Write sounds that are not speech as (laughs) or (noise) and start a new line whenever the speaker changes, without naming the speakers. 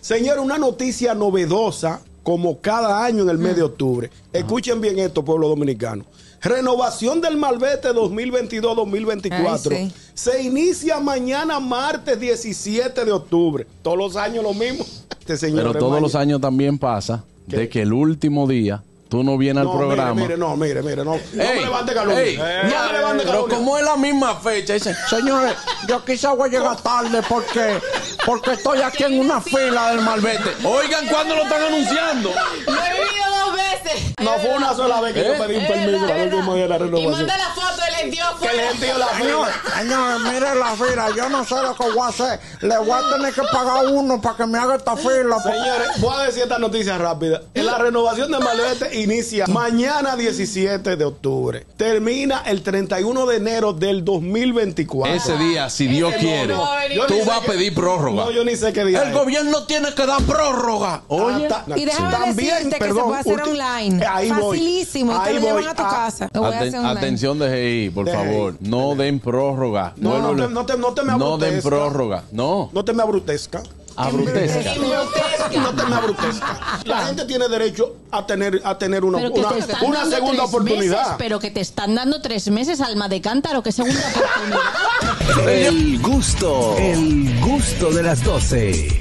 Señor, una noticia novedosa, como cada año en el
Mm.
mes de octubre. Escuchen bien esto, pueblo dominicano. Renovación del Malvete 2022-2024.
Ay, sí.
Se inicia mañana martes 17 de octubre. Todos los años lo mismo. (laughs) Este señor
Pero
es
todos
maña-
los años también pasa
¿Qué?
de que el último día tú no vienes
No,
al programa.
Mire, mire, no, mire, mire, no. no me
Ey,
levante calumnia.
ey,
Eh,
ya,
no me levante
pero
calumnia.
como es la misma fecha, dicen, señores, yo quizá voy a llegar tarde porque, porque estoy aquí en una fila del Malvete. Oigan, ¿cuándo lo están anunciando?
Lo he vivido dos veces.
No fue una sola vez que
¿Eh?
yo pedí un permiso para ver cómo era la
Y
renovación.
manda la foto, el envío
Que Ah, el
fuera.
gentío la
Señor,
fila.
señor, mire la fila, yo no sé lo que voy a hacer. Le voy a tener que pagar uno para que me haga esta fila.
Señores, voy a decir esta noticia rápida. La renovación de Malvete inicia mañana 17 de octubre. Termina el 31 de enero del 2024.
Ese día, si Dios
Ese no,
quiere,
no va a venir.
Yo ni
tú
sé
vas a
qué-
pedir prórroga.
No, yo ni sé qué día.
El
es.
gobierno tiene que dar prórroga. Oye,
Ah, ta-
Y déjame decirte que se puede hacer
ulti-
online.
eh, Ahí voy.
Facilísimo. y
Ahí
te lo
voy.
llevan a tu
Ah,
casa. Lo voy a
Aten-
hacer online.
atención de GI, por
De
favor,
GI.
no den prórroga.
No,
Vuelvo-
no te- no te- no te me
No den
abrutezca.
prórroga, no.
No te me abrutezca.
Ah, Abrutezca.
No te me abrutezca. La gente tiene derecho a tener, a tener una,
Pero que
una-
te están
una
dando
segunda
tres meses,
oportunidad.
pero que te están dando tres meses, alma de cántaro, que segunda oportunidad.
El gusto, el gusto de las 12.